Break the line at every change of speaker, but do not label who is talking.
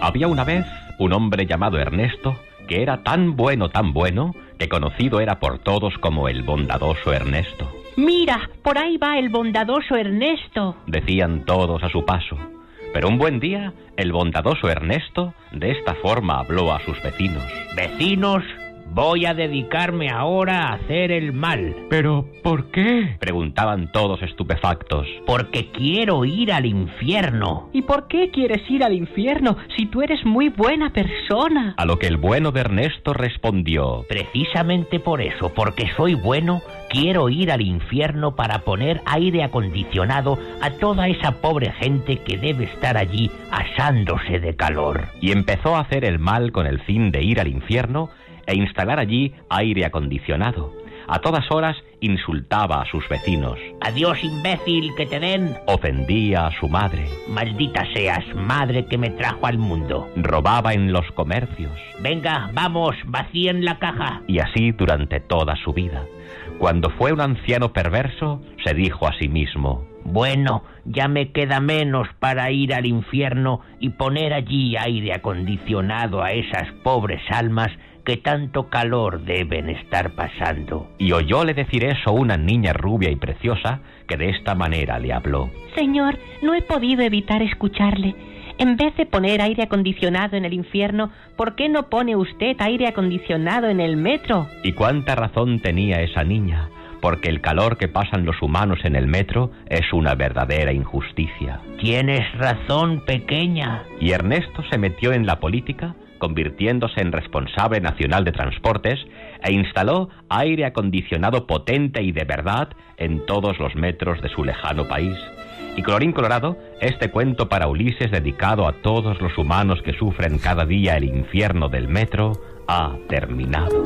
Había una vez un hombre llamado Ernesto que era tan bueno, tan bueno, que conocido era por todos como el bondadoso Ernesto.
Mira, por ahí va el bondadoso Ernesto.
Decían todos a su paso. Pero un buen día, el bondadoso Ernesto de esta forma habló a sus vecinos.
Vecinos, voy a dedicarme ahora a hacer el mal,
¿Pero por qué?
Preguntaban todos estupefactos.
porque quiero ir al infierno.
¿Y por qué quieres ir al infierno si tú eres muy buena persona?
A lo que el bueno de Ernesto respondió.
Precisamente por eso, porque soy bueno, quiero ir al infierno para poner aire acondicionado a toda esa pobre gente que debe estar allí asándose de calor.
y empezó a hacer el mal con el fin de ir al infierno e instalar allí aire acondicionado. A todas horas insultaba a sus vecinos,
Adiós imbécil que te den.
ofendía a su madre,
Maldita seas, madre que me trajo al mundo.
robaba en los comercios,
Venga, vamos, vacíen la caja.
y así durante toda su vida. Cuando fue un anciano perverso, se dijo a sí mismo,
Bueno, ya me queda menos para ir al infierno y poner allí aire acondicionado a esas pobres almas que tanto calor deben estar pasando.
y oyóle decir eso una niña rubia y preciosa que de esta manera le habló.
Señor, no he podido evitar escucharle. En vez de poner aire acondicionado en el infierno, ¿por qué no pone usted aire acondicionado en el metro?
Y cuánta razón tenía esa niña, porque el calor que pasan los humanos en el metro es una verdadera injusticia.
Tienes razón, pequeña.
Y Ernesto se metió en la política, convirtiéndose en responsable nacional de transportes, e instaló aire acondicionado potente y de verdad en todos los metros de su lejano país. Y colorín colorado, este cuento para Ulises dedicado a todos los humanos que sufren cada día el infierno del metro ha terminado.